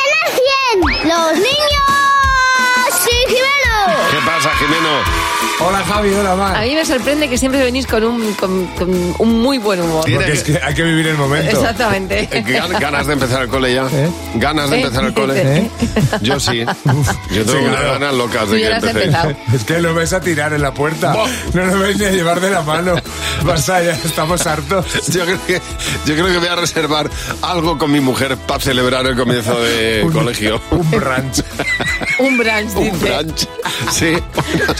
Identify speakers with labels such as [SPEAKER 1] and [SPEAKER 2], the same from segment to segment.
[SPEAKER 1] Hola Javi, hola Mar.
[SPEAKER 2] A mí me sorprende que siempre venís con un, con- con un muy buen humor.
[SPEAKER 1] Porque es que hay que vivir el momento.
[SPEAKER 2] Exactamente.
[SPEAKER 3] Eh, gan- ganas de empezar el cole ya. Ganas de
[SPEAKER 2] Eh,
[SPEAKER 3] empezar el cole.
[SPEAKER 2] dice.
[SPEAKER 3] Yo sí. Yo tengo
[SPEAKER 1] Sí,
[SPEAKER 3] unas
[SPEAKER 1] claro.
[SPEAKER 3] ganas locas
[SPEAKER 2] Tú
[SPEAKER 3] de que
[SPEAKER 2] ya
[SPEAKER 3] ¿eh?
[SPEAKER 2] lo has
[SPEAKER 3] empecéis.
[SPEAKER 2] empezado.
[SPEAKER 1] Es que lo ves a tirar en la puerta.
[SPEAKER 3] Buah.
[SPEAKER 1] No lo ves ni a llevar de la mano. Basta, ya estamos hartos.
[SPEAKER 3] Yo creo, que, yo creo que voy a reservar algo con mi mujer para celebrar el comienzo de colegio.
[SPEAKER 1] Un brunch.
[SPEAKER 2] Un brunch,
[SPEAKER 3] Un
[SPEAKER 2] dice.
[SPEAKER 3] brunch. Sí.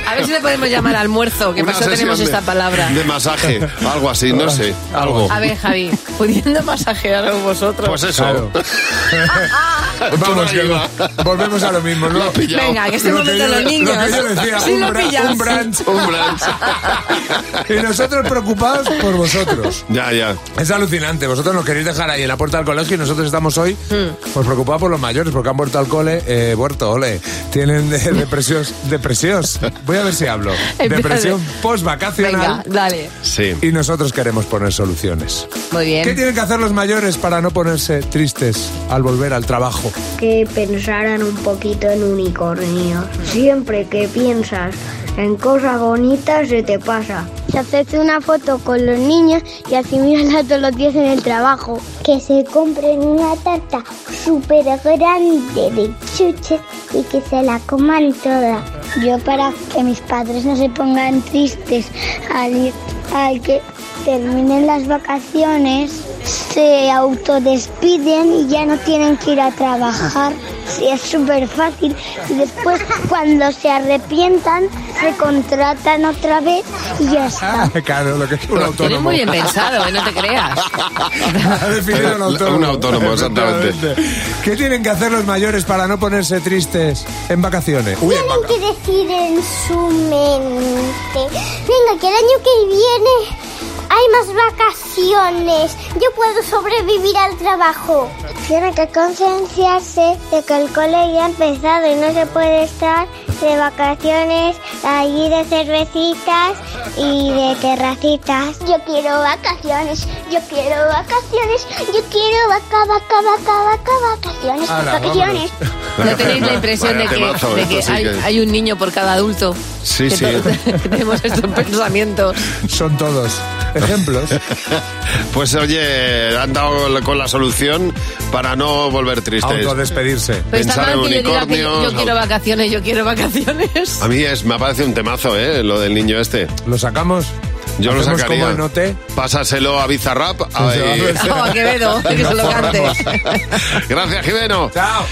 [SPEAKER 2] A ver si le podemos llamar almuerzo, Ah, que
[SPEAKER 3] Una
[SPEAKER 2] por eso
[SPEAKER 3] sesión
[SPEAKER 2] tenemos
[SPEAKER 3] de-
[SPEAKER 2] esta palabra.
[SPEAKER 3] De masaje, algo así, no sé. Algo.
[SPEAKER 2] A ver, Javi, pudiendo masajearos vosotros.
[SPEAKER 3] Pues eso.
[SPEAKER 1] Claro.
[SPEAKER 3] Por
[SPEAKER 1] Vamos,
[SPEAKER 3] ahí
[SPEAKER 1] que
[SPEAKER 3] va.
[SPEAKER 1] volvemos a lo mismo.
[SPEAKER 3] Lo has
[SPEAKER 1] ¿no?
[SPEAKER 3] pillado.
[SPEAKER 2] Venga, que este
[SPEAKER 1] Lo que
[SPEAKER 2] momento
[SPEAKER 1] yo-
[SPEAKER 2] los niños.
[SPEAKER 1] lo que yo decía,
[SPEAKER 2] sí
[SPEAKER 1] un
[SPEAKER 2] lo
[SPEAKER 1] bra-
[SPEAKER 2] pillas.
[SPEAKER 1] un brunch.
[SPEAKER 3] Un brunch.
[SPEAKER 1] Y nosotros preocupados por vosotros.
[SPEAKER 3] Ya, ya.
[SPEAKER 1] Es alucinante. Vosotros nos queréis dejar ahí en la puerta del colegio y nosotros estamos hoy
[SPEAKER 2] Hmm.
[SPEAKER 1] pues preocupados por los mayores porque han vuelto al cole. Eh, vuelto, ole. Tienen de- depresios. Depresios. Voy a ver si hablo.
[SPEAKER 2] Empieza
[SPEAKER 1] Depresión
[SPEAKER 2] de- Venga,
[SPEAKER 1] postvacacional.
[SPEAKER 2] dale.
[SPEAKER 3] Sí.
[SPEAKER 1] Y nosotros queremos poner soluciones.
[SPEAKER 2] Muy
[SPEAKER 1] ¿Qué
[SPEAKER 2] bien.
[SPEAKER 1] tienen que hacer los mayores para no ponerse tristes al volver al trabajo?
[SPEAKER 4] que pensaran un poquito en unicornios. Siempre que piensas en cosas bonitas se te pasa.
[SPEAKER 5] Y hacerse una foto con los niños y así mirarla todos los días en el trabajo. Que se compren una tarta súper grande de chuches y que se la coman toda. Yo para que mis padres no se pongan tristes al, ir- al que terminen las vacaciones, se autodespiden y ya no tienen que ir a trabajar. Sí, es súper fácil. Y después cuando se arrepientan, se contratan otra vez y ya está.
[SPEAKER 1] Ah, claro, lo que es un
[SPEAKER 2] Tienes
[SPEAKER 1] autónomo.
[SPEAKER 2] muy bien pensado, ¿eh? no te creas.
[SPEAKER 1] Ha definido un
[SPEAKER 3] Eh, Un
[SPEAKER 1] autónomo.
[SPEAKER 3] autónomo, exactamente.
[SPEAKER 1] ¿Qué tienen que hacer los mayores para no ponerse tristes en vacaciones? Uy, en
[SPEAKER 5] Tienen
[SPEAKER 1] vaca-
[SPEAKER 5] que decir en su mente, venga, que el año que viene hay más vacaciones, yo puedo sobrevivir al trabajo. Tienen que concienciarse de que el cole ya ha empezado y no se puede estar de vacaciones allí de cervecitas y de terracitas. Yo quiero vacaciones, yo quiero vacaciones, yo quiero vaca, vaca, vaca, vaca, vacaciones,
[SPEAKER 1] Ala,
[SPEAKER 5] vacaciones.
[SPEAKER 2] ¿No tenéis la impresión de
[SPEAKER 3] Vaya
[SPEAKER 2] que,
[SPEAKER 3] temazo,
[SPEAKER 2] de
[SPEAKER 3] esto
[SPEAKER 2] que
[SPEAKER 3] sí
[SPEAKER 2] hay,
[SPEAKER 3] que-
[SPEAKER 2] hay un niño por cada adulto?
[SPEAKER 3] Sí,
[SPEAKER 2] Que
[SPEAKER 3] sí.
[SPEAKER 2] to- que tenemos estos pensamientos.
[SPEAKER 1] Son todos ejemplos.
[SPEAKER 3] Este Pues oye, han dado con la solución para no volver tristes.
[SPEAKER 1] Autodespedirse.
[SPEAKER 2] Pero está
[SPEAKER 3] Pensar
[SPEAKER 2] mal
[SPEAKER 3] en
[SPEAKER 2] que yo diga que yo,
[SPEAKER 3] unicornios,
[SPEAKER 2] yo quiero
[SPEAKER 3] au-
[SPEAKER 2] vacaciones, yo quiero vacaciones.
[SPEAKER 3] A mí es, me parece un temazo, ¿eh? Lo del niño este.
[SPEAKER 1] ¿Lo sacamos?
[SPEAKER 3] Yo lo
[SPEAKER 1] ¿Hacemos
[SPEAKER 3] sacaría.
[SPEAKER 1] como en OT?
[SPEAKER 3] Pásaselo a Bizarrap. a-
[SPEAKER 1] Sí, sí.
[SPEAKER 2] O a Quevedo, que se lo cantes.
[SPEAKER 3] Gracias, Jimeno.
[SPEAKER 1] Chao.